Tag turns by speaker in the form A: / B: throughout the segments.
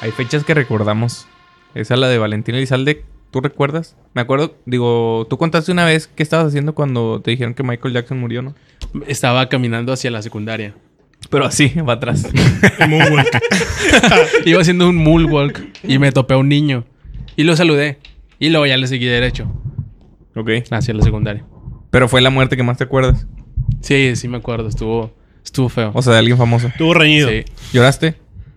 A: Hay fechas que recordamos. Esa la de Valentín Elizalde. ¿Tú recuerdas? Me acuerdo, digo, tú contaste una vez qué estabas haciendo cuando te dijeron que Michael Jackson murió, ¿no?
B: Estaba caminando hacia la secundaria.
A: Pero así, va atrás.
B: Iba haciendo un moonwalk y me topé a un niño. Y lo saludé. Y luego ya le seguí derecho
A: ok.
B: hacia la secundaria.
A: Pero fue la muerte que más te acuerdas.
B: Sí, sí me acuerdo. Estuvo, estuvo feo.
A: O sea, de alguien famoso.
C: Estuvo reñido.
B: Sí.
A: ¿Lloraste?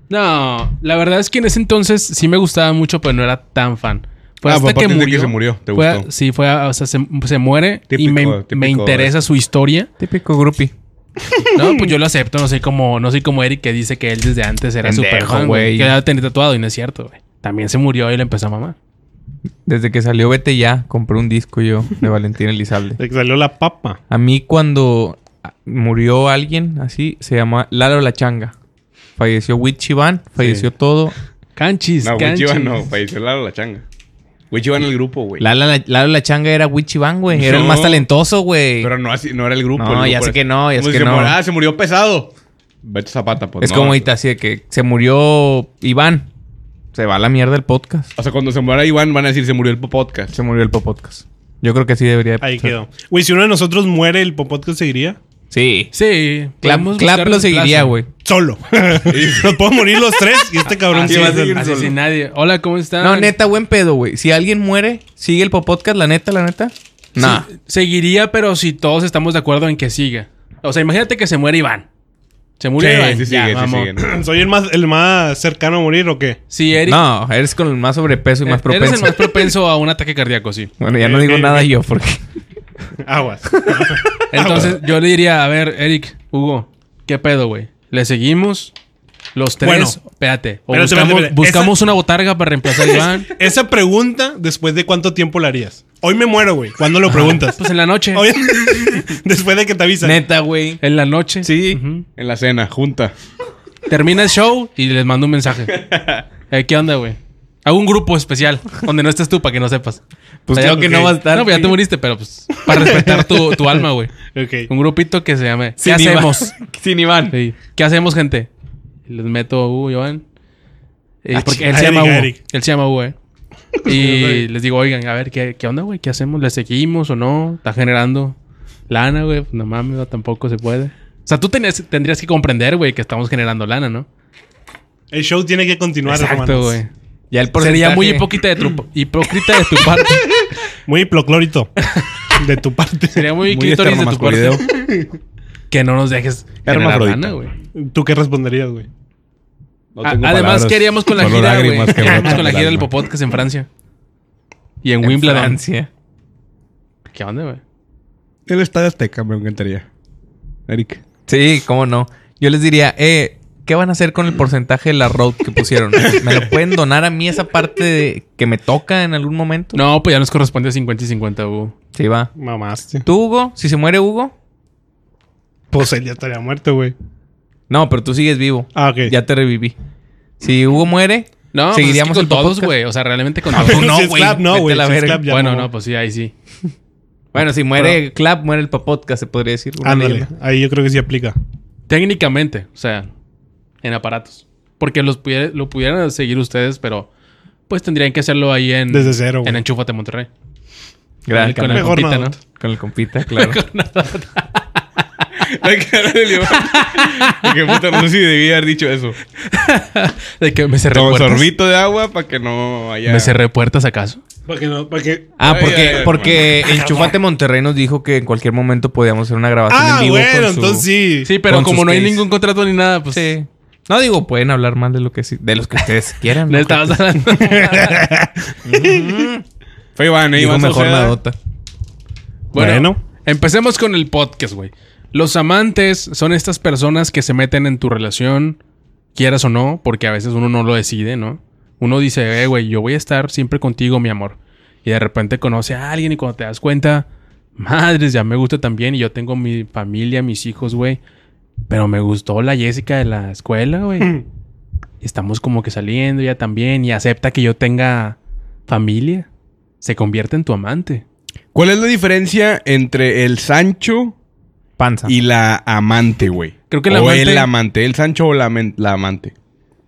B: No, la verdad es que en ese entonces sí me gustaba mucho, pero no era tan fan. Fue
D: Ah, fue
B: hasta
D: a
B: que
D: partir de
B: murió.
D: que se murió, te
B: fue a-
D: gustó.
B: sí, fue a- o sea, se, se muere y
D: Típico,
B: me,
D: típico,
B: me interesa su historia.
A: Típico groupie.
B: No, pues yo lo acepto. No soy como, no soy como Eric que dice que él desde antes era
A: Pendejo,
B: súper
A: güey.
B: fan, güey. Que ya tenía tatuado y no es cierto, güey. También se murió y le empezó a mamar.
A: Desde que salió Vete Ya, compré un disco yo de Valentín Elizalde.
C: De que salió la papa.
A: A mí cuando ah, murió alguien así, se llama Lalo La Changa. Falleció Wichiban, falleció todo.
B: Canchis,
D: No,
B: canchis.
D: Wichiban no, falleció el lado la changa. Wichiban el grupo, güey.
A: Lalo La, Lalo La Changa era Wichiban, güey. Era el
D: No.
A: más talentoso, güey.
D: Pero no, así, no era el grupo.
A: No,
D: el grupo
A: ya sé
D: era-
A: que no, ya
D: Como
A: sé
D: si
A: que
D: se
A: no.
D: muriera, "Ah, se murió pesado. Vete zapata, pues.
A: es
D: no.
A: como ahorita así de que se murió Iván. Se va a la mierda el podcast.
D: O sea, cuando se muera Iván van a decir se murió el podcast.
A: Se murió el podcast. Yo creo que sí debería.
C: Ahí quedó. Güey, si uno de nosotros muere, el podcast seguiría.
A: Sí.
B: Sí.
A: Clap,
B: podemos
A: Clap
B: buscar
A: lo
B: reemplazo.
A: seguiría, güey.
C: Solo. Nos podemos morir los tres y este cabrón
B: Así,
C: sigue
D: a seguir
C: solo.
B: así
D: solo.
B: sin nadie. Hola, ¿cómo están?
A: No, neta, buen pedo, güey. Si alguien muere, sigue el podcast, la neta, la neta. Nah.
B: Sí, seguiría, pero si todos estamos de acuerdo en que siga. O sea, imagínate que se muere Iván. Se murió
C: Sí,
B: Iván. Ya,
D: Sí, sigue, sí,
B: mamón.
D: sigue. ¿no?
C: ¿Soy el más, el más cercano a morir o qué?
B: Si Eric.
A: No, eres con el más sobrepeso y más
B: eh, Eres
A: propenso.
B: el más propenso a un ataque cardíaco, sí.
A: Bueno, ya no
D: Eh,
A: digo nada yo porque.
C: Aguas.
D: Ah,
B: Entonces, yo le diría, a ver, Eric, Hugo, ¿qué pedo, güey? ¿Le seguimos? Los tres.
C: Bueno.
B: espérate. O
C: Espérate, espérate,
B: buscamos
C: espérate.
B: buscamos una botarga para reemplazar a Iván.
C: Esa pregunta, ¿después de cuánto tiempo la harías? Hoy me muero, güey. ¿Cuándo lo preguntas?
B: Pues en la noche.
C: Hoy- después de que te avisan.
A: Neta, güey.
B: En la noche.
D: Sí,
B: Ujú.
D: en la cena, junta.
B: Termina el show y les mando un mensaje. Eh, ¿Qué onda, güey? Hago un grupo especial donde no estés tú para que no sepas.
A: Pues
B: O sea,
A: creo que no va a estar.
B: No, pues ya te
A: güey.
B: moriste, pero pues para respetar tu, tu alma, güey.
C: Ok.
B: Un grupito que se llame. ¿Qué
A: Sin Iván.
B: hacemos?
A: Sin Iván.
B: Sí. ¿Qué hacemos, gente? Y Les meto a Hugo y Joan. Eh,
A: Ah,
B: porque
C: ching-
B: él se
C: Eric,
B: llama Hugo.
C: Eric.
B: Él se llama Hugo, eh. Y les digo, oigan, a ver, ¿qué, qué onda, güey? ¿Qué hacemos? ¿Le seguimos o no? ¿Está generando lana, güey? Pues, No mames, no, tampoco se puede. O sea, tú tenías- tendrías que comprender, güey, que estamos generando lana, ¿no?
C: El show tiene que continuar,
B: Exacto,
C: hermanos.
B: güey.
A: Ya el
B: Sería
A: porcentaje-
B: muy hipócrita de tu, hipócrita de tu parte.
C: Muy hipoclórito. De tu parte.
B: Sería muy,
D: Muy
B: clítoris de tu parte.
D: esternomasculideo.
B: Que no nos dejes generar
D: Hermafrodita.
B: lana, güey.
C: ¿Tú qué responderías, güey?
D: No
B: A-
D: tengo
B: Además,
D: palabras,
B: ¿qué haríamos con la
D: solo
B: gira, güey?
D: lágrimas que
B: ¿Qué haríamos
D: brotan
B: con la
D: del
B: gira del
D: alma.
B: Popodcast en Francia? Y en,
A: en
B: Wimbledon.
A: Francia.
B: ¿Qué onda, güey?
D: El estadio Azteca me encantaría. Eric.
A: Sí, cómo no. Yo les diría, eh, ¿qué van a hacer con el porcentaje de la road que pusieron? ¿Me lo pueden donar a mí esa parte de- que me toca en algún momento?
B: No, pues ya nos corresponde 50 y 50, Hugo.
A: Sí, va.
C: Mamaste.
A: ¿Tú, Hugo? Si se muere Hugo.
C: Pues él ya estaría muerto, güey.
A: No, pero tú sigues vivo.
C: Ah, ok.
A: Ya te reviví. Si Hugo muere,
B: No, pues
A: seguiríamos
B: es que
A: el
B: con todos,
A: podcast.
B: güey. O sea, realmente con
C: Ah,
B: todos.
C: pero
A: No,
C: si es
A: güey,
C: clap, no,
A: vete a
C: güey.
A: la
C: Si es
A: verga.
C: clap, ya
B: bueno,
C: no.
B: no, pues sí, ahí sí.
A: Bueno, si muere Clap, muere el podcast, se podría decir. Una
C: Ándale.
A: leyenda.
C: Ahí yo creo que sí aplica.
B: Técnicamente, o sea, en aparatos. Porque los pudiera- lo pudieran seguir ustedes, pero pues tendrían que hacerlo ahí en,
C: Desde cero,
B: en
C: güey.
B: Enchúfate Monterrey.
A: Gracias,
B: con
A: con,
B: el
C: Mejor
B: compita,
C: no.
B: ¿no?
A: el, con el compita, claro.
D: La cara de Iván. Porque puta, no sé si debía haber dicho eso.
B: De que me cerré
D: Con
B: puertas.
D: sorbito de agua para que no haya.
B: ¿Me cerré puertas acaso?
C: ¿Para qué no? ¿Para qué?
A: Ah,
D: Ay,
A: porque,
D: ay, ay,
A: porque Enchufate Monterrey nos dijo que en cualquier momento podíamos hacer una grabación
C: Ah,
A: en vivo.
C: bueno,
A: con su-
C: entonces sí.
B: Sí, pero
A: Con
B: como
A: sus
B: no hay
A: gays.
B: ningún contrato ni nada, pues...
A: Sí. No digo, pueden hablar más de lo que sí- de los que ustedes quieran.
B: No
A: ¿no?
B: estabas hablando.
D: Fue Iván, ¿eh?
A: Digo
D: Iván
A: mejor
D: Sauceda.
A: nadota.
B: Bueno,
C: Bueno.
B: empecemos con el podcast, güey. Los amantes son estas personas que se meten en tu relación, quieras o no, porque a veces uno no lo decide, ¿no? Uno dice, eh, güey, yo voy a estar siempre contigo, mi amor. Y de repente conoce a alguien y cuando te das cuenta, madres, ya me gusta también y yo tengo mi familia, mis hijos, güey. Pero me gustó la Jessica de la escuela, güey. Estamos como que saliendo ya también y acepta que yo tenga familia. Se convierte en tu amante.
D: ¿Cuál es la diferencia entre el Sancho
A: Panza.
D: y la amante, güey?
B: Creo que el
D: o
B: amante,
D: el amante, el Sancho o la, amen- la amante.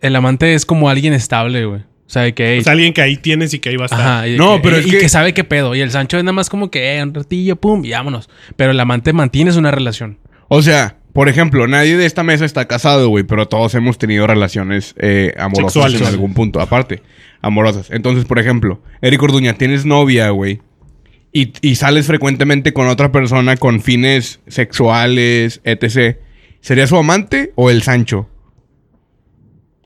B: el amante es como alguien estable, güey. O sea, de que... hey,
C: Es Pues alguien que ahí tienes y que ahí va a estar.
B: Ajá, y,
D: No,
B: que-
D: pero
B: y-
D: es
B: y
D: que-
B: que sabe qué pedo. Y el Sancho es nada más como que eh, un ratillo, pum, y vámonos. Pero el amante mantienes una relación.
D: O sea, por ejemplo, nadie de esta mesa está casado, güey, pero todos hemos tenido relaciones eh, amorosas
C: Sexuales.
D: en algún punto, aparte, amorosas. Entonces, por ejemplo, Eric Orduña, tienes novia, güey, y, y sales frecuentemente con otra persona con fines sexuales, etc. ¿Sería su amante o el Sancho?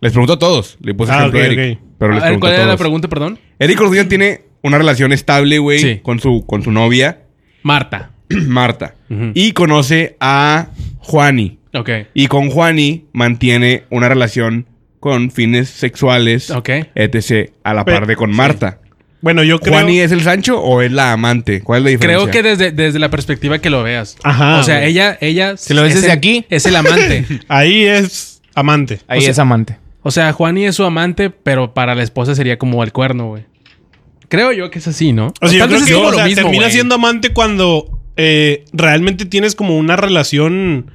D: Les pregunto a todos. Le puse
C: Ah,
D: ejemplo
C: ok,
D: a Eric.
C: ok.
D: Pero les
B: a ver,
D: pregunto
B: ¿cuál
D: a
B: era la
D: todos.
B: pregunta, perdón?
D: Eric Orduña tiene una relación estable, güey,
B: Sí.
D: con, su, con su novia,
B: Marta.
D: Marta.
B: Ujú.
D: Y conoce a Juani.
B: Ok.
D: Y con Juani mantiene una relación con fines sexuales,
B: Ok.
D: etc. A la
C: Pe-
D: par de con Marta.
C: Bueno, yo creo.
D: ¿Juani es el Sancho o es la amante? ¿Cuál es la diferencia?
B: Creo que desde, desde la perspectiva que lo veas.
C: Ajá,
B: O sea,
C: güey.
B: ella, ella.
A: Si lo ves
B: es
A: desde
B: el-
A: aquí.
B: Es el amante.
C: Ahí es amante.
A: Ahí
B: O sea-
A: es amante.
B: o sea, Juani es su amante, pero para la esposa sería como el cuerno, güey. Creo yo que es así, ¿no?
C: O sea, yo
B: Tal
C: creo
B: vez
C: que
B: es como
C: o sea,
B: lo mismo,
C: termina
B: güey.
C: siendo amante cuando eh, realmente tienes como una relación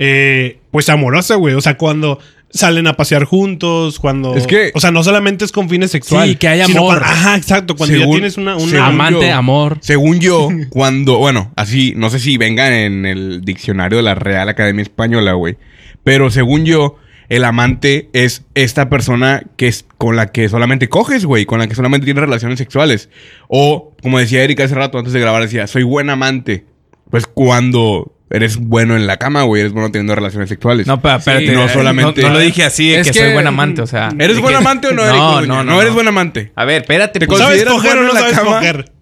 C: eh, pues amorosa, güey. O sea, cuando salen a pasear juntos, cuando...
D: Es que-
C: O sea, no solamente es con fines sexuales.
B: Sí, que hay
C: sino
B: amor.
C: cuando- ajá, exacto. Cuando ya
D: Según-
C: tienes una... una-
D: según
B: Amante,
D: yo.
B: amor.
D: Según yo, cuando, bueno, así, no sé si vengan en el diccionario de la Real Academia Española, güey. Pero según yo, el amante es esta persona que es con la que solamente coges, güey, con la que solamente tienes relaciones sexuales. O, como decía Erika hace rato antes de grabar, decía, soy buen amante. Pues cuando eres bueno en la cama, güey, eres bueno teniendo relaciones sexuales.
A: No, pero espérate.
D: Sí, no
A: eh,
D: solamente- Ah,
A: No, no lo dije así de
B: Es
A: que,
B: que-
A: soy buen amante, o sea.
D: ¿Eres
A: de
D: buen
A: que-
D: amante o no eres?
A: No, no, no.
D: eres buen amante.
A: A ver, espérate. pues.
D: con-
C: ¿Sabes
D: ¿consideras
C: coger o
D: bueno
C: no
D: en la
C: sabes
D: cama?
C: coger?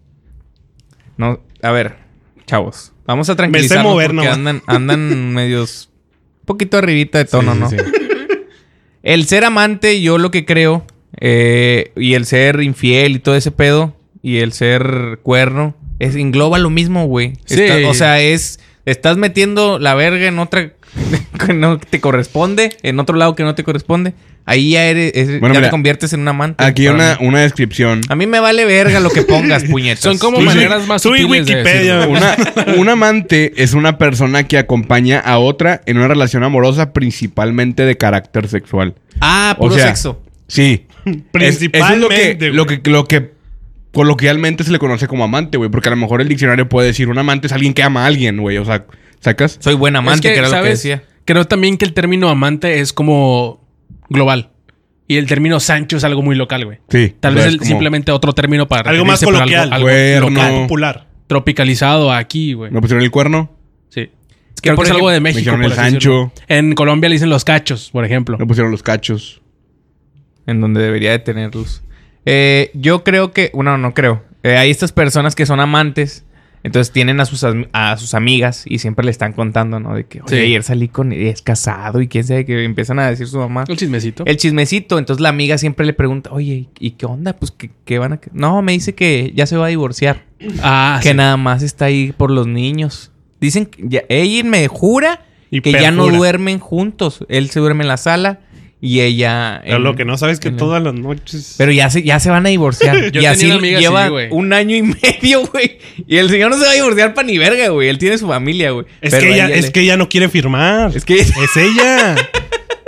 A: No, a ver, chavos. Vamos a
C: Me sé
A: tranquilizarnos
C: mover
A: porque
C: nomás.
A: andan, andan medios... Un poquito arribita de tono,
B: Sí,
A: ¿no?
B: sí, sí.
A: El ser amante, yo lo que creo, eh, y el ser infiel y todo ese pedo, y el ser cuerno, es, engloba lo mismo, güey.
B: Sí.
A: Está- O sea, es. Estás metiendo la verga en otra que no te corresponde, en otro lado que no te corresponde. Ahí ya eres, es-
D: Bueno,
A: ya
D: mira,
A: te conviertes en un amante.
D: Aquí hay
A: para
D: una,
A: mí.
D: una descripción.
A: A mí me vale verga lo que pongas, puñetas.
B: Son como
C: Tú y-
B: maneras más
C: tú y
B: sutiles de
C: Wikipedia,
B: decirlo.
C: güey.
D: Una- un amante es una persona que acompaña a otra en una relación amorosa principalmente de carácter sexual.
A: Ah, puro
D: O sea,
A: sexo.
D: Sí. Es-
C: Principalmente,
D: eso es lo que, lo que, lo que coloquialmente se le conoce como amante, güey. Porque a lo mejor el diccionario puede decir un amante es alguien que ama a alguien, güey. O sea, ¿sacas?
A: Soy buen amante,
B: Es
A: que, era lo que
B: ¿sabes?
A: decía.
B: Creo también que el término amante es como global. Y el término Sancho es algo muy local, güey.
D: Sí.
B: Tal
D: O sea,
B: vez
D: es
B: el-
D: como,
B: simplemente otro término para
C: Algo más
B: referirse, pero
C: coloquial.
D: Cuerno.
B: local.
C: Local, popular.
B: Tropicalizado aquí, güey.
D: Me pusieron el cuerno,
B: Sí. Creo que
A: por
B: es
A: ejemplo,
B: algo de México.
D: dijeron
B: por
D: el
B: así decirlo.
D: Sancho.
B: En Colombia le dicen los cachos, por ejemplo.
D: me pusieron los cachos.
A: en donde debería de tenerlos. Eh, yo creo que, bueno, no creo. Eh, hay estas personas que son amantes, entonces tienen a sus, am- a sus amigas y siempre le están contando, ¿no? De que, oye,
B: Sí.
A: ayer salí con él, es casado y quién sabe que empiezan a decir su mamá.
B: El chismecito.
A: El chismecito, entonces la amiga siempre le pregunta, oye, ¿y qué onda? Pues que, van a... que-?" No, me dice que ya se va a divorciar,
B: Ah,
A: que
B: sí.
A: nada más está ahí por los niños. Dicen, que ya- ella me jura
C: Y
A: que ya no
C: perjura.
A: duermen juntos. Él se duerme en la sala y ella...
C: Pero
A: en-
C: lo que no sabes es que
A: en la-
C: todas las noches...
A: pero ya se, ya se van a divorciar.
B: Yo
A: y
B: tenía
A: así
B: una amiga así,
A: lleva
B: güey.
A: un año y medio, güey. Y el señor no se va a divorciar pa' ni verga, güey. Él tiene su familia, güey.
C: es,
A: Pero
C: que
A: a
C: ella,
A: ella
C: es
A: le-
C: que ella no quiere firmar.
A: Es que
C: Es ella.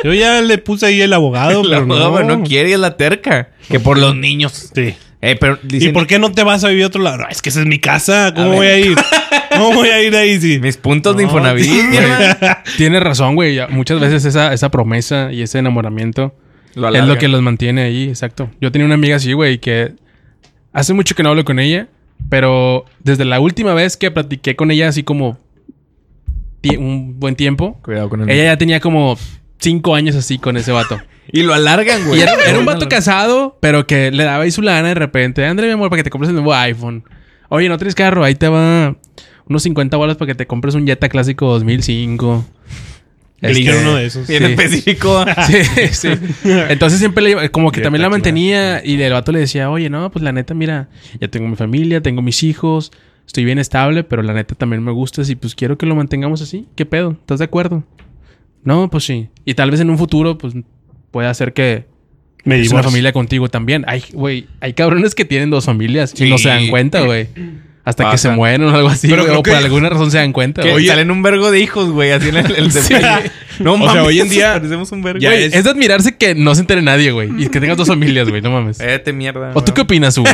C: Yo ya le puse ahí el abogado,
A: la
C: pero
A: abogada,
C: no.
A: güey, no. quiere, es la terca. Que por los niños.
C: Sí.
A: Eh, pero dicen,
C: ¿Y por qué no te vas a vivir a otro lado? No, es que esa es mi casa. ¿Cómo
A: A
C: voy a ir? ¿Cómo voy a ir ahí? Sí.
A: Mis puntos de
C: No,
A: Infonavit,
C: sí,
A: mi hermano.
B: Tienes razón, güey. Ya- Muchas veces esa, esa promesa y ese enamoramiento
A: Lo
B: es lo
A: alargan.
B: que los mantiene ahí, exacto. Yo tenía una amiga así, güey, que hace mucho que no hablo con ella, pero desde la última vez que platiqué con ella, así como ti- un buen tiempo,
A: Cuidado con el...
B: ella ya tenía como cinco años así con ese vato.
A: Y lo alargan, güey.
B: Y era, era un vato casado, pero que le daba ahí su lana de repente. André, mi amor, para que te compres el nuevo iPhone. Oye, no tienes carro, ahí te va unos 50 bolas para que te compres un Jetta Clásico 2005.
C: Él
B: Este-
C: quiere uno de esos.
A: Bien
B: Sí.
A: específico.
B: Sí, sí. Entonces siempre le, como que también la mantenía y el vato le decía, oye, no, pues la neta, mira, ya tengo mi familia, tengo mis hijos, estoy bien estable, pero la neta también me gusta y pues quiero que lo mantengamos así. ¿Qué pedo? ¿Estás de acuerdo? No, pues sí. Y tal vez en un futuro, pues pueda hacer que
C: Me
B: es una
C: divorcio.
B: familia contigo también. Ay, güey, hay cabrones que tienen dos familias y no se dan
A: Sí.
B: cuenta, güey. Hasta que
A: Pasa.
B: se mueren o algo así,
D: Pero
B: güey,
D: creo
B: o
D: que-
B: por alguna razón se dan cuenta.
A: Que
B: güey.
D: Oye.
A: salen un vergo de hijos, güey. Así en el, el
B: Sí.
A: detalle. No
D: O sea,
A: mames.
D: hoy en día
A: Parecemos un vergo.
D: ya
A: Güey,
D: es-
B: Es de admirarse que no se entere nadie, güey. Y que tengas dos familias, güey. No mames.
A: Cállate, mierda.
B: ¿O tú qué
A: güey.
B: opinas, Hugo?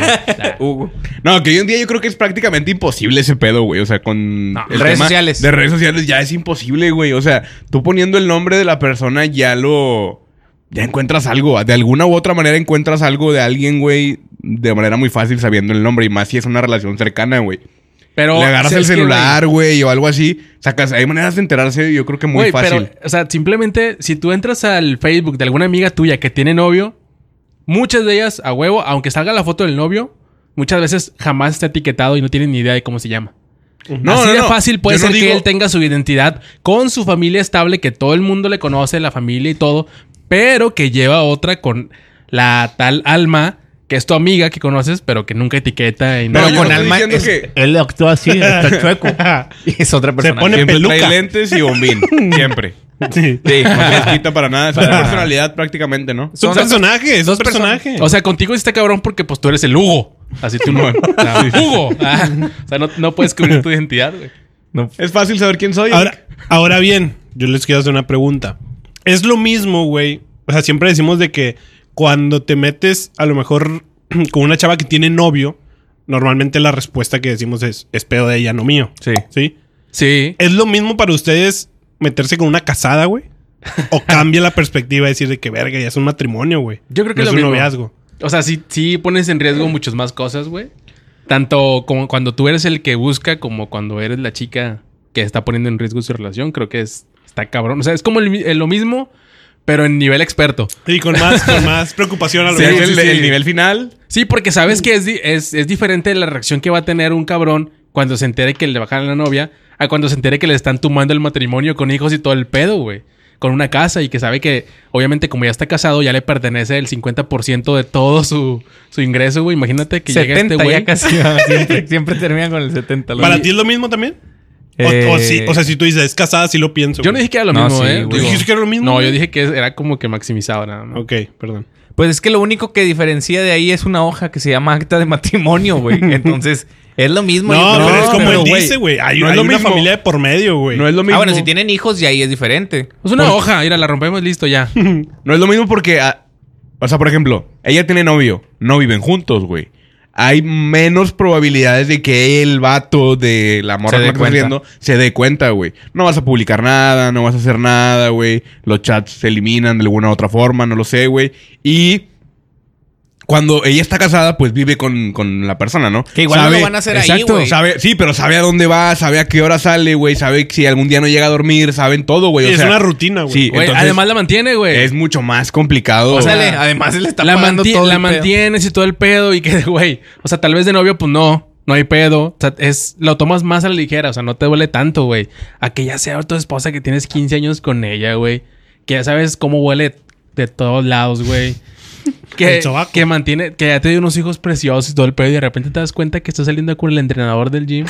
A: Hugo.
D: No, que hoy en día yo creo que es prácticamente imposible ese pedo, güey. O sea, con
A: No,
D: el
A: redes
D: tema
A: sociales.
D: De redes sociales ya es imposible, güey. O sea, tú poniendo el nombre de la persona ya lo. Ya encuentras algo. De alguna u otra manera encuentras algo de alguien, güey. De manera muy fácil sabiendo el nombre. Y más si es una relación cercana, güey.
B: Pero,
D: Le agarras el
B: ¿sabes qué, güey?
D: celular, güey, o algo así. Sacas. Hay maneras de enterarse, yo creo que muy
B: Güey,
D: fácil.
B: Pero, o sea, simplemente si tú entras al Facebook de alguna amiga tuya que tiene novio, muchas de ellas, a huevo, aunque salga la foto del novio, muchas veces jamás está etiquetado y no tienen ni idea de cómo se llama.
D: No,
B: Así
D: no,
B: de
D: no.
B: fácil puede
D: Yo no
B: ser que
D: digo-
B: él tenga su identidad con su familia estable, que todo el mundo le conoce, la familia y todo, pero que lleva otra con la tal alma, que es tu amiga que conoces, pero que nunca etiqueta. Y no-
D: No,
A: Pero
D: yo
A: con
D: no estoy
A: alma.
D: diciendo
A: es-
D: que-
A: Él actúa así, está chueco. Y es otra persona.
C: pone-
D: Siempre
C: peluca.
D: trae lentes y bombín. Siempre.
C: Sí.
D: Sí. No se les quita para nada. Es una personalidad prácticamente, ¿no?
C: Es un
A: Son dos-
C: personaje, es un
A: dos perso-
C: personaje.
B: O sea, contigo sí está cabrón porque pues tú eres el Hugo. Así tú no. o sea, Hugo. Ah, o sea, no, no puedes cubrir tu identidad, güey.
A: No.
D: Es fácil saber quién soy.
C: Ahora, ahora bien, yo les quiero hacer una pregunta. Es lo mismo, güey. O sea, siempre decimos de que cuando te metes a lo mejor con una chava que tiene novio, normalmente la respuesta que decimos es, es pedo de ella, no mío.
A: Sí.
C: ¿Sí?
B: Sí.
C: ¿Es lo mismo para ustedes meterse con una casada, güey? ¿O cambia la perspectiva de decir de que verga, ya es un matrimonio, güey?
B: Yo creo que
C: No
B: es
C: es
B: lo
C: un
B: mismo.
C: noviazgo.
B: O sea, sí, sí pones en riesgo muchas más cosas, güey. Tanto como cuando tú eres el que busca, como cuando eres la chica que está poniendo en riesgo su relación. Creo que es, está cabrón. O sea, es como el mi- eh, lo mismo, pero en nivel experto.
C: Y con más, con más preocupación a lo
D: Si es
C: mejor.
D: el, el nivel final.
B: Sí, porque sabes que es, di- es, es diferente la reacción que va a tener un cabrón cuando se entere que le bajaron la novia a cuando se entere que le están tumbando el matrimonio con hijos y todo el pedo, güey. Con una casa y que sabe que, obviamente, como ya está casado, ya le pertenece el 50% de todo su, su ingreso, güey. Imagínate que llega
A: 70
B: este
A: ya
B: güey.
A: casi. ah, Siempre, siempre terminan con el 70.
C: ¿Para ti es lo mismo también? O- O,
A: Eh,
C: sí- o sea, si tú dices, es casada, sí lo pienso.
B: Yo no
C: güey".
B: dije que era lo
A: No,
B: mismo,
A: sí,
B: ¿eh?
A: güey.
B: Digo,
C: ¿Dijiste que era lo mismo,
B: No,
C: güey?
B: yo dije que era como que maximizado nada más.
C: Ok, perdón.
A: Pues es que lo único que diferencia de ahí es una hoja que se llama acta de matrimonio, güey. Entonces, es lo mismo. yo
C: No,
A: creo.
C: pero es como
D: pero,
C: él
D: güey,
C: dice, güey. Hay,
D: no es
C: hay
D: lo
C: una
D: mismo.
C: familia de por medio, güey.
D: No es lo mismo.
A: Ah, bueno, si tienen hijos, ya ahí es diferente.
B: Es una hoja, mira, la rompemos, listo, ya.
D: No es lo mismo porque. ah, o sea, por ejemplo, ella tiene novio. No viven juntos, güey. Hay menos probabilidades de que el vato de la
A: Se
D: morra con
A: dé
D: la que estás
A: cuenta.
D: saliendo se dé cuenta, güey. No vas a publicar nada, no vas a hacer nada, güey. Los chats se eliminan de alguna u otra forma, no lo sé, güey. Y cuando ella está casada, pues vive con, con la persona, ¿no?
A: Que igual no lo van a hacer ahí,
D: exacto,
A: güey.
D: sabe- sí, pero sabe a dónde va, sabe a qué hora sale, güey. Sabe si algún día no llega a dormir, saben todo, güey. o
C: es
D: sea,
C: una rutina, güey.
D: sí.
B: Güey,
D: entonces-
B: además la mantiene, güey.
D: es mucho más complicado.
A: O sea, le- además le está
B: la,
A: pagando
B: manti-
A: todo
B: la
A: el pedo.
B: mantienes y todo el pedo y que, güey, o sea, tal vez de novio, pues no, no hay pedo. O sea, es, lo tomas más a la ligera, o sea, no te duele tanto, güey. A que ya sea tu esposa que tienes 15 años con ella, güey. Que ya sabes cómo huele de todos lados, güey. Que,
C: El sobaco.
B: que mantiene, que ya te dio unos hijos preciosos y todo el pedo y de repente te das cuenta que estás saliendo con el entrenador del gym.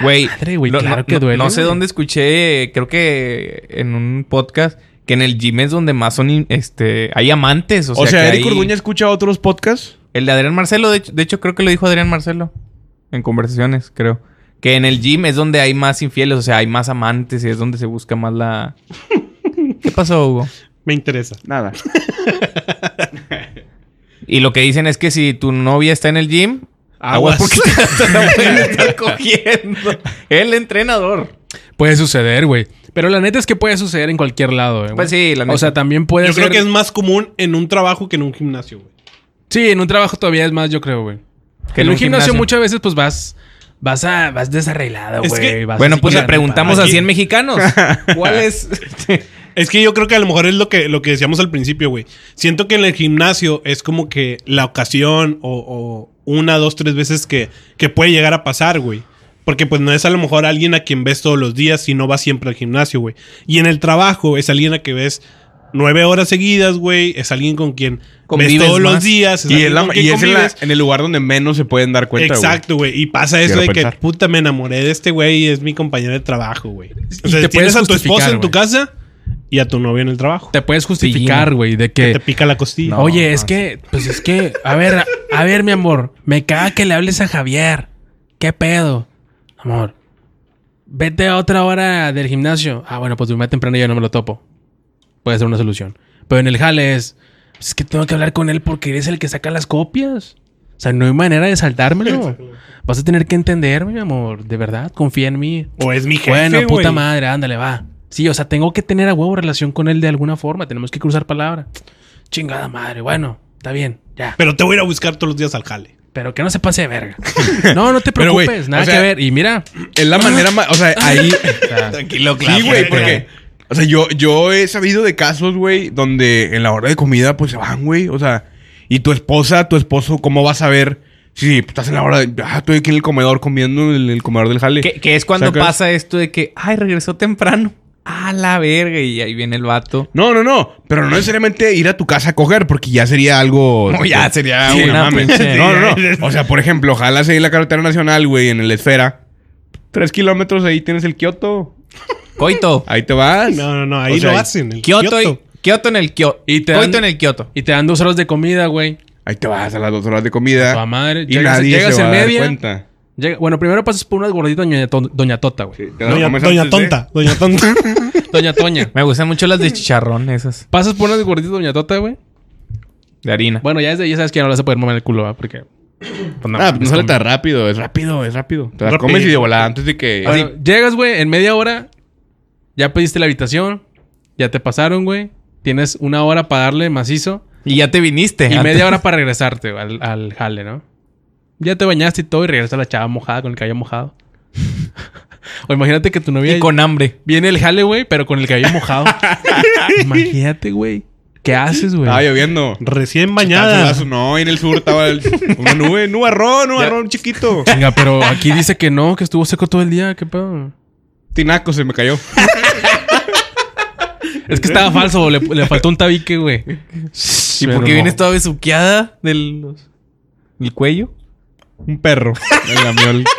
A: Güey,
B: madre, güey,
A: lo-
B: claro
A: no,
B: que
A: no-
B: duele,
A: No sé
B: güey.
A: dónde escuché, creo que en un podcast, que en el gym es donde más son, in- este, hay amantes. O sea, que
D: Eric
A: hay-
D: Orduña escucha otros podcasts.
A: El de Adrián Marcelo, de hecho, de hecho, creo que lo dijo Adrián Marcelo en conversaciones, creo. Que en el gym es donde hay más infieles, o sea, hay más amantes y es donde se busca más la... ¿Qué pasó, Hugo?
C: Me interesa.
D: Nada.
A: Y lo que dicen es que si tu novia está en el gym,
B: Aguas.
A: aguas porque te la pueden estar cogiendo. El entrenador.
B: Puede suceder, güey. Pero la neta es que puede suceder en cualquier lado, eh, güey.
A: Pues sí, la
B: O
A: neta.
B: sea, también puede
C: Yo
B: ser...
C: creo que es más común en un trabajo que en un gimnasio, güey.
B: Sí, en un trabajo todavía es más, yo creo, güey.
A: Que en
B: en un
A: un
B: gimnasio,
A: gimnasio.
B: muchas veces pues vas vas a vas desarreglado,
C: Es
B: güey.
C: que-
B: vas
A: Bueno,
B: así
A: pues
B: con
A: le
B: la
A: preguntamos a
C: Aquí-
A: 100 mexicanos. ¿Cuál es?
C: Es que yo creo que a lo mejor es lo que, lo que decíamos al principio, güey. Siento que en el gimnasio es como que la ocasión o, o una, dos, tres veces que, que puede llegar a pasar, güey. Porque pues no es a lo mejor alguien a quien ves todos los días y no vas siempre al gimnasio, güey. Y en el trabajo es alguien a que ves nueve horas seguidas, güey. Es alguien con quien
A: Convives
C: ves todos los
A: más.
C: días.
D: Y,
C: alguien
D: es, la-
C: con quien
D: y es en, la-
C: convives.
D: en el lugar donde menos se pueden dar cuenta, güey.
C: Exacto, güey. Y pasa eso
D: Quiero
C: de que,
D: pensar.
C: puta, me enamoré de este güey y es mi compañero de trabajo, güey. O
B: Y
C: sea,
B: te
C: tienes
B: puedes
C: a tu esposa
B: justificar,
C: en tu
B: güey.
C: casa y a tu novia en el trabajo.
B: Te puedes justificar, güey, de que,
C: te pica la costilla.
A: No.
B: Oye, es que pues es que a ver, a, a ver, mi amor, me caga que le hables a Javier. ¿Qué pedo? Amor, vete a otra hora del gimnasio. Ah, bueno, pues más temprano y yo no me lo topo. Puede ser una solución. Pero en el jale es, es que tengo que hablar con él porque eres el que saca las copias. O sea, no hay manera de saltármelo. Vas a tener que entenderme, mi amor. De verdad, confía en mí.
C: O es mi jefe,
B: Bueno, puta
C: güey.
B: madre, ándale, va. Sí, o sea, tengo que tener a huevo relación con él de alguna forma. Tenemos que cruzar palabra. Chingada madre, bueno, está bien, ya.
C: Pero te voy a ir a buscar todos los días al jale.
B: Pero que no se pase de verga. No, no te
D: Pero,
B: preocupes,
D: güey,
B: nada
D: o sea-
B: que ver. Y mira,
D: Es la manera más. O sea, ahí.
C: Tranquilo,
D: Sí, güey, porque. O sea, yo, yo he sabido de casos, güey, donde en la hora de comida, pues se van, güey. O sea, y tu esposa, tu esposo, ¿cómo vas a ver si estás en la hora de. Ah, estoy aquí en el comedor comiendo en el comedor del jale.
A: Que, que es cuando
D: Saca-
A: pasa esto de que, ay, regresó temprano. A la verga. Y ahí viene el vato.
D: No, no, no. Pero no necesariamente ir a tu casa a coger, porque ya sería algo.
A: No, ya sería
D: Pues Sí,
A: una
D: no Ah, mames.
A: pinche-
D: No, no, no. O sea, por ejemplo, jalas ahí en la carretera nacional, güey, en el esfera. Tres kilómetros ahí tienes el Kioto.
A: Coito.
D: Ahí te vas.
C: No, no, no, ahí
D: O sea,
C: lo hacen. el
A: Kioto. y- Kioto en el Kioto.
B: Y te
A: Coito
B: dan-
A: en el Kioto.
B: y te dan dos horas de comida, güey.
D: Ahí te vas Pues, a las dos horas de comida.
B: Tu madre.
D: Ah, Y
B: llegas
D: nadie
B: llegas
D: se va
B: en
D: a dar
B: media.
D: cuenta.
B: llega- bueno, primero pasas por unas gorditas doña, Ton- doña Tota, güey.
D: Sí, te las
C: Doña,
D: comes
C: Doña
D: antes de-
C: Tonta, Doña Tonta.
B: Doña Toña.
A: Me gustan mucho las de chicharrón, esas.
B: Pasas por unas gorditas doña Tota, güey.
A: De harina.
B: Bueno, ya desde ahí sabes que ya no le vas a poder mover el culo, ¿va? Porque.
A: Pues no
D: Ah,
A: mames,
D: no sale
A: con-
D: tan rápido. Es rápido, es rápido. Te las
C: Rápido.
D: comes y de volada antes de que...
C: pues.
B: Bueno, llegas, güey, en media hora. Ya pediste la habitación. Ya te pasaron, güey. Tienes una hora para darle macizo.
A: Y ya te viniste.
B: Y
A: antes.
B: media hora para regresarte güey, al, al jale, ¿no? Ya te bañaste y todo y regresa la chava mojada con el cabello mojado. o imagínate que tu novia
A: Y con hambre.
B: viene el jale, güey, pero con el cabello mojado. imagínate, güey. ¿Qué haces, güey?
D: Estaba lloviendo.
C: Recién
D: Estaba
C: bañada.
D: solazo. No, y en el sur estaba el- una nube. Nubarrón, nubarrón chiquito.
B: Venga, pero aquí dice que no, que estuvo seco todo el día. ¿Qué pedo?
D: Tinaco se me cayó.
B: Es que estaba falso, le, le faltó un tabique, güey.
A: ¿Y porque vienes toda besuqueada del los- del cuello?
D: Un perro. Me lamió el-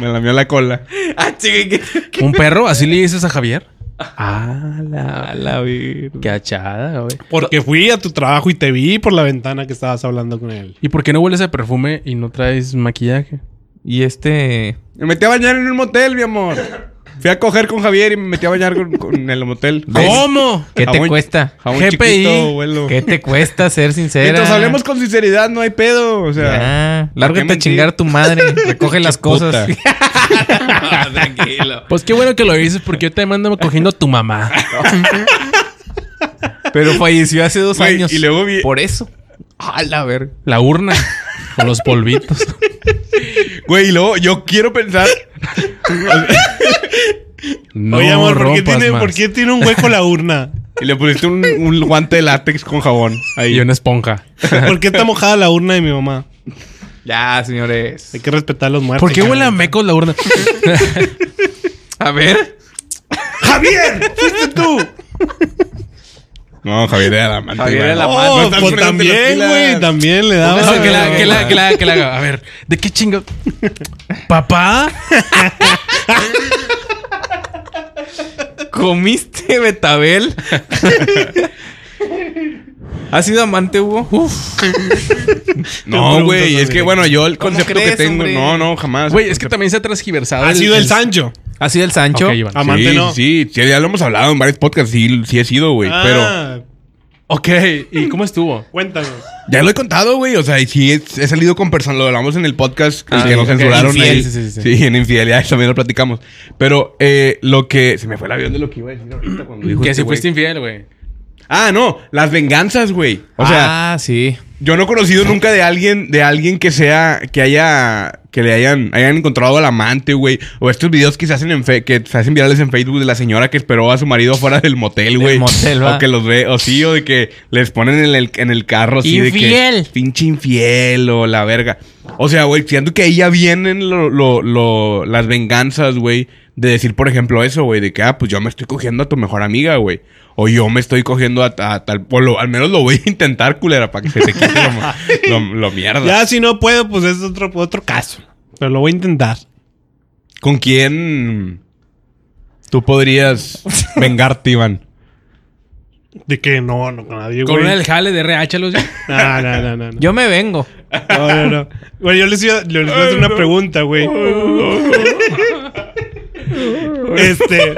D: Me lamió la cola.
A: Ah, chica,
B: ¿Un perro? ¿Así le dices a Javier? Ah,
A: A la verga.
B: qué achada, güey.
C: Porque fui a tu trabajo y te vi por la ventana que estabas hablando con él.
B: ¿Y por qué no hueles a perfume y no traes maquillaje?
A: Y este.
D: Me metí a bañar en un motel, mi amor. Fui a coger con Javier y me metí a bañar con, con- en el motel.
B: ¿Cómo?
A: ¿Qué te
D: Jabón-
A: cuesta?
D: Jabón
B: GPI.
D: chiquito, vuelo.
A: ¿Qué te cuesta ser sincera?
D: Mientras hablemos con sinceridad, no hay pedo. O sea,
A: Ya,
D: ¿para qué
A: Lárgate a
D: mentir?
A: chingar a tu madre. Recoge las cosas. No, tranquilo.
B: Pues qué bueno que lo dices porque yo te mando cogiendo a tu mamá.
A: Pero falleció hace dos
D: Güey,
A: años.
D: y luego vi-
A: Por eso. A la verga.
B: La urna con los polvitos.
D: güey, y luego yo quiero pensar.
B: No
C: Oye, amor, ¿por qué,
B: rompas
C: tiene,
B: más.
C: por qué tiene un hueco la urna?
D: Y le pusiste un, un guante de látex con jabón. Ahí.
B: Y una esponja.
C: ¿Por qué está mojada la urna de mi mamá?
A: Ya, señores.
C: Hay que respetar a los muertos.
B: ¿Por qué huele a
C: cabrón.
B: meco la urna?
A: A ver.
C: ¡Javier! ¡Fuiste tú!
D: No, Javier era la manta.
A: Javier era la-
C: Oh,
D: no estás
C: pues
D: poniéndote
C: también,
D: las pilas.
C: güey. También le daba.
B: No, que la, que la, que la, que la haga. A ver, ¿de qué chingo? ¿Papá?
A: ¿Comiste betabel? ¿Has sido amante, Hugo? Uf.
D: No, güey.
C: preguntas,
D: Es que,
C: güey.
D: bueno, yo el
A: ¿Cómo
D: concepto
A: crees,
D: que tengo.
A: hombre?
D: No, no, jamás.
B: Güey, es que también se ha transgiversado.
C: Ha sido el Sancho.
A: ¿Has sido el Sancho?
B: Ok, Iván.
C: Amante
D: sí,
C: no.
D: Sí, sí, ya lo hemos hablado en varios podcasts. Sí, sí he sido, güey. Pero
C: Ah,
B: Ok, ¿y cómo estuvo?
C: Cuéntanos.
D: ya lo he contado, güey. O sea, y sí he, he salido con personas. Lo hablamos en el podcast el
B: Ah,
D: que
B: sí,
D: nos
B: ok.
D: censuraron
B: Infiel,
D: ahí.
B: sí,
D: Sí,
B: sí, sí, sí.
D: en infidelidad también lo platicamos. Pero eh, lo que. Se me fue el avión de lo que iba a decir ahorita cuando dijo.
B: Que si
D: este güey.
B: fuiste infiel, güey.
D: Ah, no. Las venganzas, güey. O sea.
A: ah, sí.
D: Yo no he conocido nunca de alguien, de alguien que sea, que haya, que le hayan, hayan encontrado al amante, güey. O estos videos que se hacen en fe- que se hacen virales en Facebook de la señora que esperó a su marido fuera del motel, güey.
A: motel, va.
D: O que los ve, o sí, o de que les ponen en el, en el carro así de
A: Infiel.
D: que. Pinche infiel, o la verga. O sea, güey, siento que ahí ya vienen lo- lo- lo- las venganzas, güey. De decir, por ejemplo, eso, güey, de que, ah, pues yo me estoy cogiendo a tu mejor amiga, güey. O yo me estoy cogiendo a, ta- tal. O lo- al menos lo voy a intentar, culera, para que se te quite lo, lo- lo mierda.
C: Ya si no puedo, pues es otro, otro caso. Pero lo voy a intentar.
D: ¿Con quién tú podrías vengarte, Iván?
C: De que no, no con nadie,
B: Con
C: güey.
B: una del jale de RH los...
C: No, no, no, no, no.
A: Yo me vengo.
C: No, no, no. Bueno, yo les iba, les iba a hacer una pregunta, güey. Este,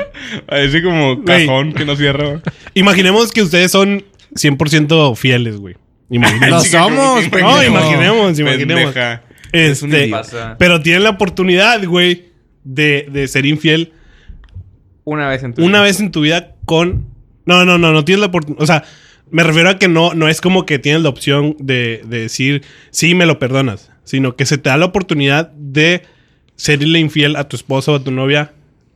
D: Parece como
C: Güey.
D: cajón que no cierra. güey.
C: imaginemos que ustedes son 100% fieles, güey.
D: No,
C: Imaginemos.
D: Sí, somos,
C: No, imaginemos, imaginemos.
D: Pendeja.
A: Es un
C: Este,
A: idiota.
C: pero tienen la oportunidad, güey, de, de ser infiel
A: Una vez en tu
C: una
A: vida.
C: vez en tu vida con... No, no, no, no tienes la oportunidad. O sea, me refiero a que no, no es como que tienes la opción de, de decir, sí, me lo perdonas, sino que se te da la oportunidad de serle infiel a tu esposa o a tu novia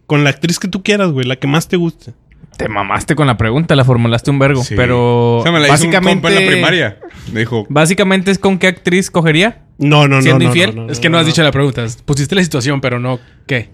C: con la actriz que tú quieras, güey, la que más te guste.
A: Te mamaste con la pregunta, la formulaste un vergo.
D: Sí.
A: Pero.
D: O sea, me la hizo un
A: básicamente.
D: compa en la primaria. Me dijo,
A: Básicamente es con qué actriz cogería.
C: No, no, no.
A: ¿Siendo
C: no,
A: infiel?
C: no, no,
B: Es que no has dicho la pregunta. Pusiste la situación, pero no. ¿Qué?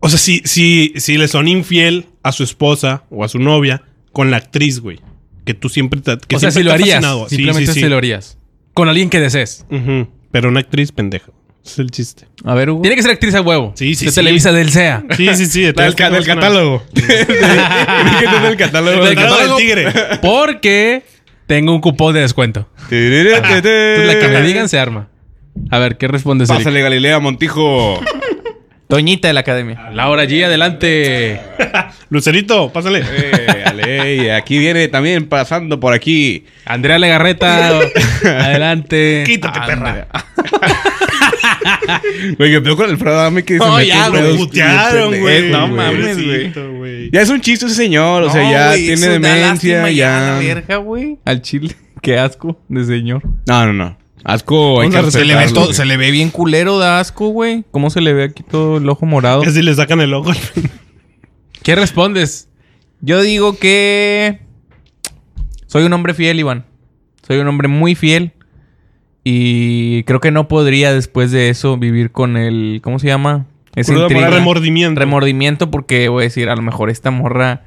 C: O sea, si, si, si le son infiel a su esposa o a su novia con la actriz, güey. Que tú siempre te. Que
B: o sea,
C: siempre
B: si lo
C: te ha
B: harías.
C: fascinado. Sí,
B: Simplemente
C: sí, sí.
B: si lo harías. Con alguien que desees.
C: Ujú. Pero una actriz pendeja. Ese Es el chiste.
A: A ver, Hugo.
B: Tiene que ser actriz a huevo.
C: Sí, sí,
B: De
C: sí.
B: Televisa del SEA.
C: Sí, sí, sí. de
D: la
C: todas
D: del, ca- del
C: formas, una-
D: catálogo. Fíjate del catálogo.
C: Del catálogo del tigre.
B: Porque tengo un cupón de descuento. Entonces, la que me digan se arma. A ver, ¿qué respondes, Eric?
D: Pásale Galilea Montijo.
A: Toñita de la academia.
B: Laura G, adelante.
C: Lucerito, pásale.
D: Eh, Ale, aquí viene también pasando por aquí.
B: Andrea Legarreta, adelante.
C: Quítate,
B: Anda.
D: Güey, que peor con Alfredo Adame que
B: No,
D: metió
B: ya,
D: en
B: güey,
D: pedos.
C: Lo putearon, güey.
D: No mames, güey.
C: Pobrecito, güey.
D: Ya es un chiste ese señor, o sea, ya tiene demencia, ya.
A: verga, güey. Al chile. Qué asco de señor.
D: No, no, no. Asco, hay que
A: se, le ve
D: respetarlo,
A: todo-
D: güey.
A: se le ve bien culero de asco, güey. ¿Cómo se le ve aquí todo el ojo morado?
C: Casi le sacan el ojo.
B: ¿Qué respondes?
A: Yo digo que. Soy un hombre fiel, Iván. Soy un hombre muy fiel. Y creo que no podría después de eso vivir con el. ¿Cómo se llama? Ese
D: Crudo
A: intriga.
D: moral,
C: remordimiento.
A: remordimiento porque voy a decir, a lo mejor esta morra,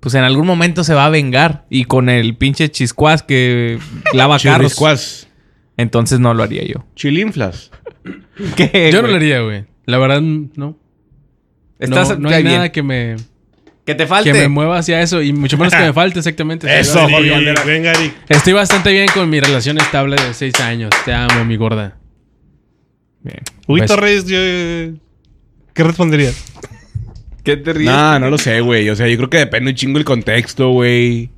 A: pues en algún momento se va a vengar y con el pinche chiscuaz que lava carros.
D: Chirriscuas.
A: Entonces no lo haría yo.
D: Chilinflas.
A: ¿Qué,
B: Yo no
A: güey?
B: lo haría, güey. La verdad, no.
A: Estás
B: no, no
A: ya
B: hay
A: bien.
B: nada que me,
A: Que te
B: que
A: falte.
B: me mueva hacia eso y mucho menos que me falte, exactamente.
C: Eso,
B: Estoy-
C: Jorge Bandera. Venga, Eric.
B: Estoy bastante bien con mi relación estable de seis años. Te amo, mi gorda.
A: Bien.
C: Uy,
B: Beso.
C: Torres, yo- ¿qué responderías?
A: ¿Qué te ríes?
D: No, no lo sé, güey. O sea, yo creo que depende un chingo el contexto, güey.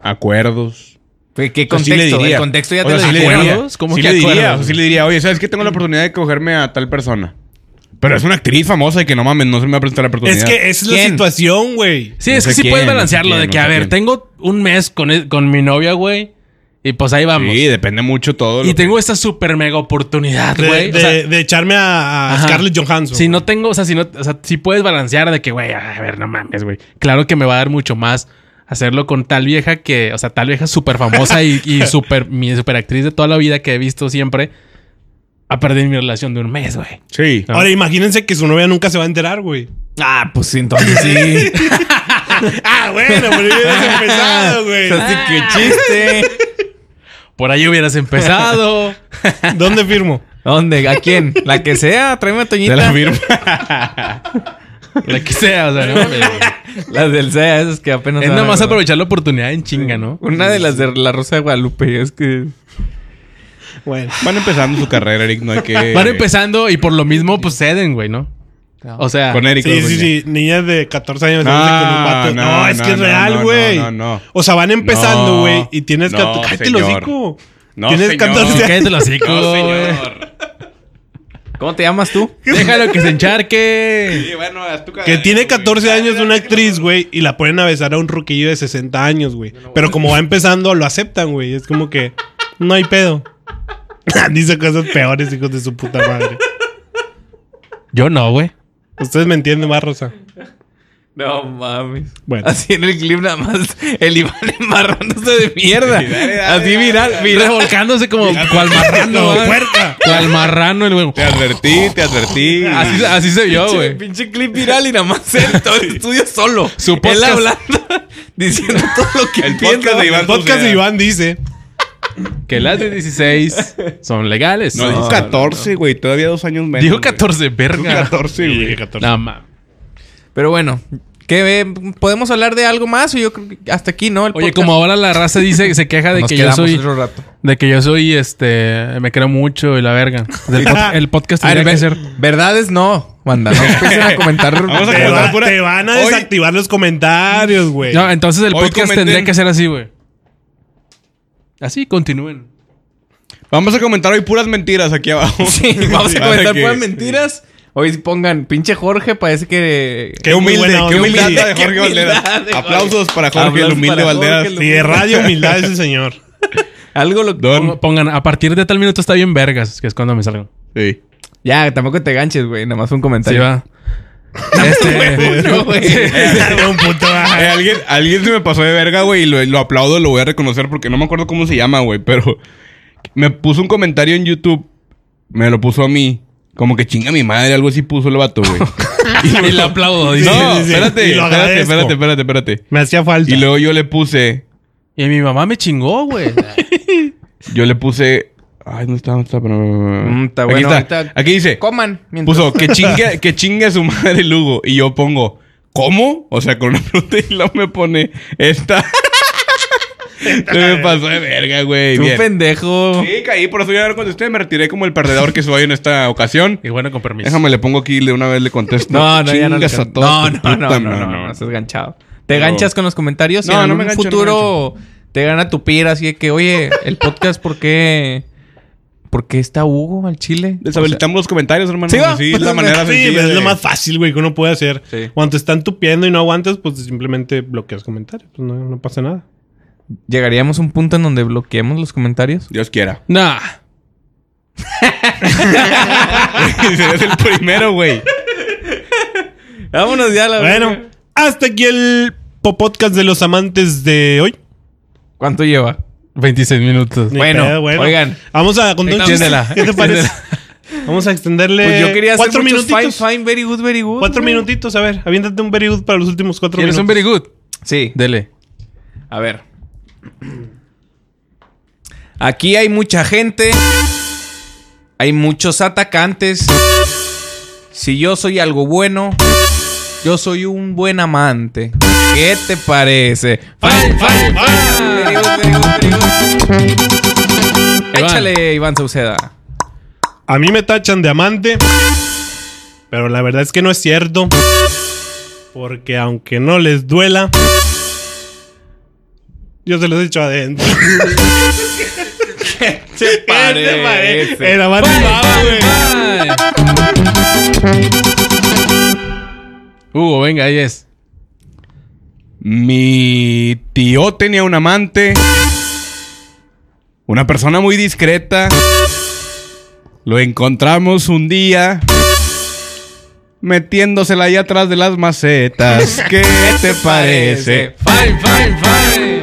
D: Acuerdos.
A: ¿Qué, qué
D: O sea, Pues sí
A: contexto?
D: le diría.
A: el contexto ya
D: O
A: te
D: sea,
A: lo
D: sí le
A: dije.
D: diría.
B: ¿Acuerdos? ¿Cómo
D: sí
B: que Mm.
D: le diría,
B: acuerdos?
D: o sea, sí le diría, oye, ¿sabes que tengo la oportunidad de cogerme a tal persona? Pero es una actriz famosa y que no mames, no se me va a presentar la
B: Pues
D: oportunidad.
C: Es que eh, esa es la
A: ¿Quién?
C: situación, güey.
B: Sí,
D: No
B: es
D: sé
B: que sí
D: quién,
B: puedes
D: no sé
B: balancearlo
D: quién,
B: de
D: no
B: que,
D: sé
B: a ver,
D: quién.
B: tengo un mes con, e, con mi novia, güey. Y pues ahí vamos.
D: Sí, depende mucho todo.
B: y
D: lo que-
B: tengo esta super mega oportunidad,
C: De,
B: güey. O
C: de-
B: sea,
C: de echarme a, a
B: Ajá.
C: Scarlett Johansson.
B: si no tengo, o sea, si no, o sea, si puedes balancear de que, güey, a ver, no mames, güey. Claro que me va a dar mucho más hacerlo con tal vieja que, o sea, tal vieja súper famosa y, y súper, mi super actriz de toda la vida que he visto siempre, a perder mi relación de un mes, güey.
D: Sí. Ah,
C: Ahora imagínense que su novia nunca se va a enterar, güey.
A: Ah, pues sí, entonces sí.
C: Ah, bueno, pero ya hubieras empezado, güey.
A: Así
B: Ah.
A: que chiste.
B: Por ahí hubieras empezado.
C: ¿Dónde firmo?
A: ¿Dónde? ¿A quién? La que sea, tráeme a
D: Te
A: Toñita.
D: la firmo.
B: la que sea, o sea, no mames, güey.
A: Las del SEA, esas que apenas.
B: Es
A: van a
B: nada más
A: grabar.
B: aprovechar la oportunidad en chinga, ¿no?
A: Una de las de la Rosa de Guadalupe, es que.
C: Bueno.
D: Van empezando su carrera, Eric, no hay que...
B: Van empezando y por lo mismo, pues ceden, güey, ¿no? O sea,
D: Con Eric.
C: Sí, sí,
D: Orduña.
C: sí. Niñas de 14 años.
D: No,
C: dándose con un vato.
D: no,
C: No, es que
D: no,
C: es
D: no,
C: real,
D: no,
C: güey.
D: no, no, no.
C: O sea, van empezando,
D: No,
C: güey. y tienes
D: no,
C: 14. Cállate el
D: señor.
C: hocico.
D: No,
C: Tienes
D: señor.
C: 14 años.
B: cállate los hocico,
D: No,
B: güey.
D: señor.
A: ¿Cómo te llamas tú?
B: Déjalo que se encharque.
D: Sí, bueno, haz tu
C: Que
D: carrera,
C: tiene
D: güey.
C: 14 años de una actriz, güey, y la ponen a besar a un ruquillo de 60 años, güey. Pero como va empezando, lo aceptan, güey. Es como que no hay pedo. Dice cosas peores, hijos de su puta madre.
B: Yo no, güey.
C: Ustedes me entienden más, Rosa.
A: No mames.
C: Bueno.
A: Así en el clip nada más el Iván embarrándose de mierda.
D: Sí, dale, dale,
A: Así
D: dale,
A: viral, viral.
B: Revolcándose como cual marrano,
C: No,
B: güey.
C: puerca.
B: Cual marrano el güey.
D: Te advertí, te advertí.
B: Así, así se vio,
A: Pinche,
B: güey.
A: pinche clip viral y nada más él, todo el estudio solo.
B: Su
A: él
B: podcast.
A: hablando, diciendo todo lo que
D: El
A: piensa.
D: podcast de Iván.
C: El podcast de Iván dice.
B: Que las de 16 son legales.
D: No, dijo 14, güey. Todavía dos años menos.
B: Dijo
D: güey.
B: 14, verga.
D: Dijo 14, güey.
C: Sí, 14.
B: No, ma.
A: Pero bueno, ¿Qué, eh, ¿Podemos hablar de algo más? O yo creo que hasta aquí, ¿no? El
B: Oye,
A: podcast.
B: como ahora la raza dice, se queja de
A: Nos
B: que yo
A: quedamos
B: soy.
A: otro rato.
B: De que yo soy este. Me creo mucho y la verga. El, pod- el podcast
A: A ver,
B: Pues tendría que
A: ver-
B: ser.
A: Verdades no, banda. No empiecen a comentar.
D: Vamos a
C: Te,
D: Te
C: va-
A: verdad.
D: comentar. pura-
C: te van a
D: Hoy-
C: desactivar los comentarios, güey.
B: No, entonces el
D: Hoy
B: podcast
D: comenten-
B: tendría que ser así, güey. Así, continúen.
D: Vamos a comentar hoy puras mentiras aquí abajo.
A: Sí, vamos a
D: Para
A: comentar
D: que-
A: puras mentiras. Hoy pongan, pinche Jorge, parece que...
D: Qué
C: Muy
D: humilde,
C: buena
D: qué
C: onda.
D: humildad de
A: Qué
D: Jorge
A: humildad
D: Valderas.
A: de Jorge.
D: Aplausos para Jorge,
A: Aplausos
D: el humilde
A: para Jorge,
D: Valderas.
A: el
C: Sí, de radio humildad ese señor.
A: Algo lo
D: Don.
B: Ponga- Pongan, a partir de tal minuto está bien vergas, que es cuando me salgo.
D: Sí.
A: Ya, tampoco te ganches, güey. Nada más un
B: Sí,
A: comentario.
B: va. Este,
A: No, güey.
C: De un punto bajo.
D: Eh, alguien, alguien se me pasó de verga, güey, y lo, lo aplaudo, lo voy a reconocer porque no me acuerdo cómo se llama, güey, pero me puso un comentario en YouTube, me lo puso a mí, como que chinga mi madre, algo así puso el vato, güey.
B: y le aplaudo. dice.
D: no,
C: sí, sí.
D: espérate,
C: Y lo
D: espérate,
C: agradezco.
D: espérate, espérate, espérate.
C: Me hacía falta.
D: Y luego yo le puse,
B: Y mi mamá me chingó, güey.
D: yo le puse, ay, no está, no está, pero...
A: Mm, está
D: Aquí
A: bueno,
D: está.
A: ahorita-
D: Aquí dice,
A: Coman. mientras-
D: puso que chingue, que chingue a su madre Lugo y yo pongo, ¿cómo? O sea, con una pregunta y luego me pone esta. Se me pasó de verga, güey.
A: Tú un
D: Bien.
A: pendejo.
D: Sí, caí, por eso ya no contesté. Me retiré como el perdedor que soy en esta ocasión.
B: Y bueno, con permiso.
D: Déjame, le pongo aquí, de una vez le contesto.
A: No, no, ya no. le
D: Chingas a
A: can-
D: toda
A: No,
D: tu
A: no, no, no,
D: puta
A: no,
D: madre.
A: no, estás ganchado. Te
D: No.
A: ganchas con los comentarios y
D: No,
A: en
D: no
A: un
D: me gancho, no me
A: futuro te gana tu pira, así de que, oye, el podcast, ¿por qué? ¿Por qué está Hugo al Chile?
D: Deshabilitamos los comentarios, hermano.
A: Sí, va.
D: Sí, es la manera
C: Sí,
D: sencilla
C: es
D: de-
C: lo más fácil, güey, que uno puede hacer.
A: Sí.
C: Cuando te están tupiendo y no aguantas, pues simplemente bloqueas comentarios. Pues no, no pasa nada.
A: Llegaríamos a un punto en donde bloqueemos los comentarios.
D: Dios quiera.
B: Nah.
D: Eres el primero, güey.
A: Vámonos ya a la
C: Bueno,
A: verga.
C: hasta aquí el po- podcast de los amantes de hoy.
A: ¿Cuánto lleva?
B: 26 minutos.
C: Ni
A: Bueno, oigan.
C: Vamos a contar un chiste.
B: Extiéndela,
C: ¿Qué te parece? Vamos a extenderle
A: Pues yo quería hacer
C: Eh, cuatro
A: muchos
C: minutitos.
A: fine, fine, very good, very good.
C: Cuatro
A: güey.
C: minutitos, a ver. Aviéntate un very good para los últimos cuatro
B: ¿Quieres
C: minutos.
B: un very good?
A: Sí.
B: Dele.
A: A ver. Aquí hay mucha gente. Hay muchos atacantes. Si yo soy algo bueno, yo soy un buen amante. ¿Qué te parece? Fan, fan, fan. Échale, Iván Sauceda.
C: A mí me tachan de amante, pero la verdad es que no es cierto. Porque aunque no les duela, yo se los he hecho adentro.
A: Se
C: El amante baba, güey.
B: Hugo, venga, ahí es.
D: Mi tío tenía un amante. Una persona muy discreta. Lo encontramos un día. Metiéndosela ahí atrás de las macetas. ¿Qué te parece?
B: Fine, fine, fine.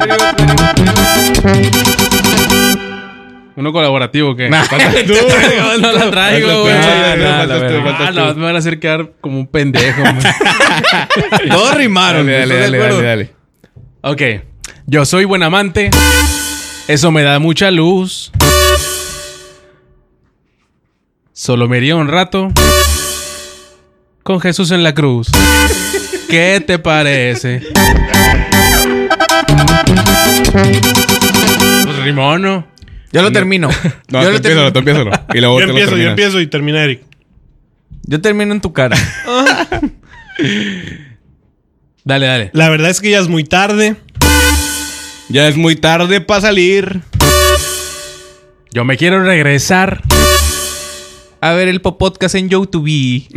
B: Uno colaborativo que. No, no la
D: Otra
B: traigo, güey.
D: pinche,
B: Ah,
D: no,
B: no,
D: faltas tú,
B: la
D: faltas
B: ah,
D: tú.
B: no, me van a hacer quedar como un pendejo. güey.
A: Todos rimaron.
D: Dale, dale,
A: ¿estás de
D: dale,
A: acuerdo?
D: dale, dale.
B: ok. Yo soy buen amante. Eso me da mucha luz. Solo me iría un rato. Con Jesús en la cruz. ¿Qué te parece? Pues rimó, ¿no?
A: Yo lo termino.
D: No,
A: yo,
D: tú
A: lo
D: empiézalo,
A: termino.
D: tú empiézalo. Y luego
C: Yo
D: te
C: empiezo,
D: lo
C: yo
D: terminas.
C: empiezo y termina Eric.
A: yo termino en tu cara.
B: Dale, dale.
C: La verdad es que ya es muy tarde.
D: Ya es muy tarde para salir.
B: Yo me quiero regresar.
A: A ver el podcast en YouTube.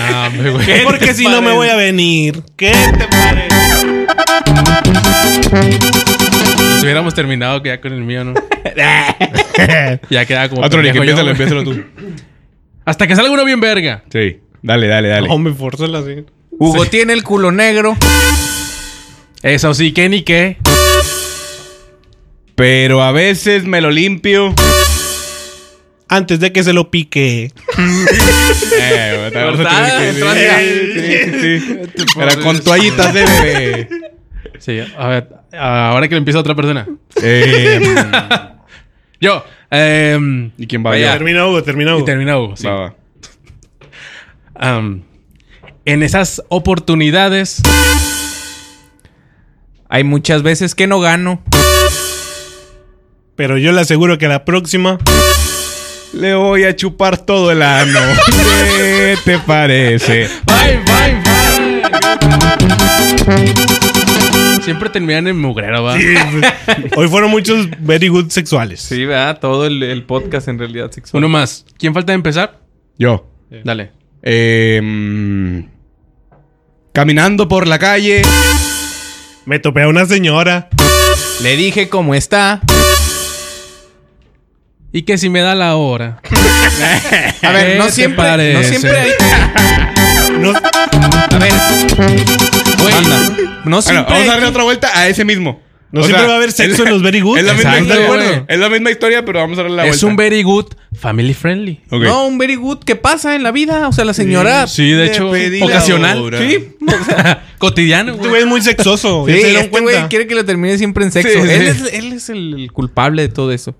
B: Ah, hombre, güey.
C: Porque si no me voy a venir. ¿Qué te parece?
B: Si hubiéramos terminado ya con el mío, ¿no? ya quedaba como.
D: Otro Nick,
B: pendejo yo, güey.
D: empiézalo, empiézalo tú.
B: Hasta que salga uno bien verga.
D: Sí. Dale, dale, dale.
C: Hombre, fórzala así.
A: Hugo tiene el culo negro.
B: Eso sí, que ni qué.
D: Pero a veces me lo limpio.
C: Antes de que se lo pique.
D: Ah. Eh, güey, vamos a
A: Cortada,
D: tener que-
A: entrada.
D: Sí, sí, sí. Pero con toallitas de bebé.
B: Sí, a ver, ahora que lo empieza otra persona.
D: Eh,
B: Yo, em,
D: ¿Y quién va
B: Vaya.
D: a
C: Termina Hugo, termina
B: y
C: Hugo.
B: termina Hugo, sí. Am, en esas oportunidades.
A: Hay muchas veces que no gano.
C: Pero yo le aseguro que la próxima.
D: Le voy a chupar todo el ano. ¿Qué te parece?
B: Bye, bye, bye. Siempre terminan en mugrero, va.
C: Hoy fueron muchos very good sexuales.
A: Sí, ¿verdad? Todo el, el podcast en realidad sexual.
B: Uno más. ¿Quién falta de empezar?
D: Yo.
B: Dale.
D: Eh, mm, caminando por la calle.
C: Me topé a una señora.
A: Le dije cómo está.
B: Y que si me da la hora.
A: A ver, no
B: ¿Qué Eh, te
A: siempre, no
B: parece?
A: siempre hay...
C: No- este
A: A ver. Güey, no
D: Bueno,
A: siempre...
D: vamos a darle
A: hay-
D: otra vuelta a ese mismo.
C: No
D: O
C: siempre
D: sea,
C: va a haber sexo
D: es-
C: en los very good.
D: Es la, misma
B: Exacto,
D: historia,
B: güey.
D: es la misma historia, pero vamos a darle la
B: es
D: vuelta.
B: un very good family friendly.
D: Ok.
A: No, un very good que pasa en la vida. O sea, la señora...
B: Sí, de
D: Le
B: hecho,
D: pedí la
B: ocasional.
D: hora.
B: Sí. o sea, Cotidiano,
C: Este güey
B: güey.
C: es muy sexoso.
A: Sí,
C: ya se dieron
A: este
C: cuenta.
A: güey quiere que lo termine siempre en sexo.
D: Sí, sí.
A: Él, Es, él es el culpable de todo eso.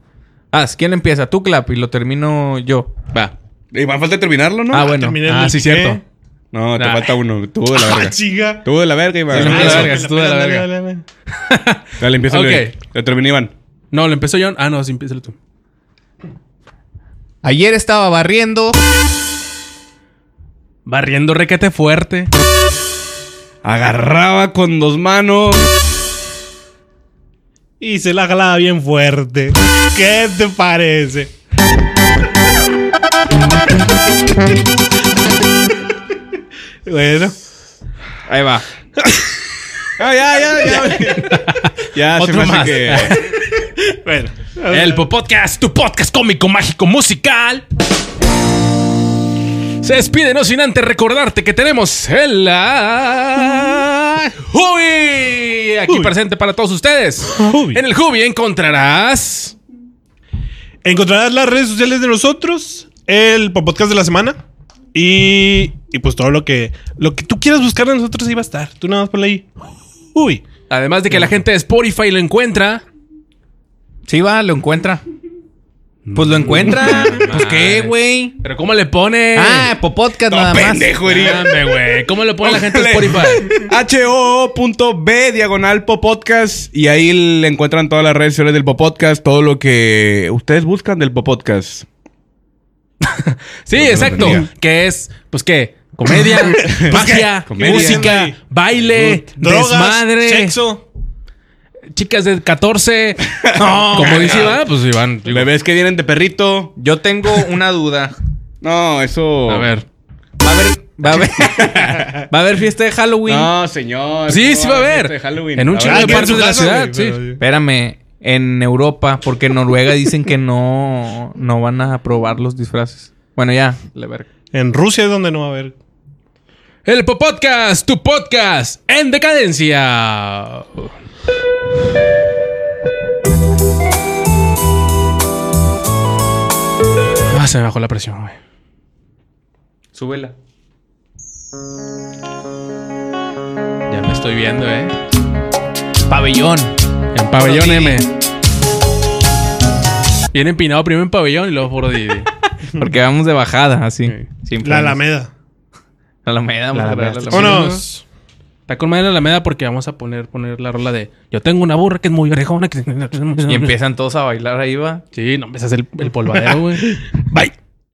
A: Ah, ¿quién empieza? Tú, Clap, y lo termino yo.
B: Va.
D: Y va a falta terminarlo, ¿no?
A: Ah, bueno.
C: Terminé
B: Ah,
C: en el
B: sí,
C: qué.
B: cierto.
D: No, te
B: Nah.
D: falta uno. Tú de la
C: Ah,
D: verga.
C: chiga.
D: Tú de la verga, Iván.
B: Tú de la
D: Eso.
B: verga, tú de la verga.
C: Dale, dale, dale.
D: Dale, empieza
B: Ok.
D: el Lo terminé, Iván.
B: No, lo empezó yo. Ah, no, sí, empieza tú.
A: Ayer estaba barriendo.
B: Barriendo requete fuerte.
D: Agarraba con dos manos.
C: Y se la jalaba bien fuerte. ¿Qué te parece? bueno,
A: Ahí va.
D: Ah, ya, ya, ya. ya, se
B: Otro
D: me hace
B: más.
D: que.
C: bueno.
B: El Podcast, tu podcast cómico, mágico, musical. Se despide, no sin antes recordarte que tenemos el. ah, Hubi Aquí
C: Hubi.
B: presente para todos ustedes.
C: Hubi.
B: En el Hubi encontrarás.
C: Encontrarás las redes sociales de nosotros, el podcast de la semana y, y pues todo lo que lo que tú quieras buscar de nosotros ahí va a estar. Tú nada más ponle ahí. Uy,
B: Además de que la gente de Spotify lo encuentra.
A: Sí, va, lo encuentra. Pues lo encuentra. pues qué, güey.
B: Pero ¿cómo le pone?
A: Ah, por podcast
D: No,
A: nada más.
D: pendejo, Eri.
B: Dame, güey. ¿Cómo le pone la gente de
D: Ponle
B: Spotify?
D: HOO.B diagonal Popodcast y ahí le encuentran todas las redes sociales del Popodcast, todo lo que ustedes buscan del Popodcast.
B: Sí,
D: que no
B: exacto.
D: tenía.
B: Que es, pues qué, comedia,
A: Pues,
B: magia,
D: comedia,
B: música,
C: güey.
B: baile,
C: drogas,
B: desmadre,
C: sexo.
B: chicas de 14. como dice Iván, pues Iván. digo,
D: Bebés que vienen de perrito.
A: Yo tengo una duda.
D: No, eso.
B: A ver.
A: Va a haber. Va a haber, va a haber fiesta de Halloween.
D: No, señor.
B: Sí,
D: ¿Cómo
B: sí va a
D: fiesta de
B: haber.
D: Halloween? Ah,
B: En un
D: A
B: chingo
D: ver,
B: de
C: que en
B: partes
C: su
B: de la
C: casa,
B: ciudad,
C: güey,
B: sí.
C: pero-
A: Espérame, en Europa, porque en Noruega dicen que no, no van a aprobar los disfraces. Bueno, ya, la verga.
C: En Rusia es donde no va a haber.
B: El Popodcast, tu podcast en decadencia. Ah, se me bajó la presión, güey.
A: Súbela.
B: Ya me estoy viendo, eh.
A: Pabellón.
B: En pabellón M. Bien empinado primero en pabellón y luego por Didi.
A: Porque vamos de bajada, así. Sin
C: La
A: planes.
C: Alameda.
A: La Alameda. vamos
B: La
A: a
B: Alameda.
A: ver la Alameda.
C: Vámonos.
B: Está con madre la Alameda porque vamos a poner, poner la rola de Yo tengo una burra que es muy orejona. Que...
A: Y empiezan todos a bailar ahí, va.
B: Sí, no, ese es el, el polvadero, güey.
D: Bye.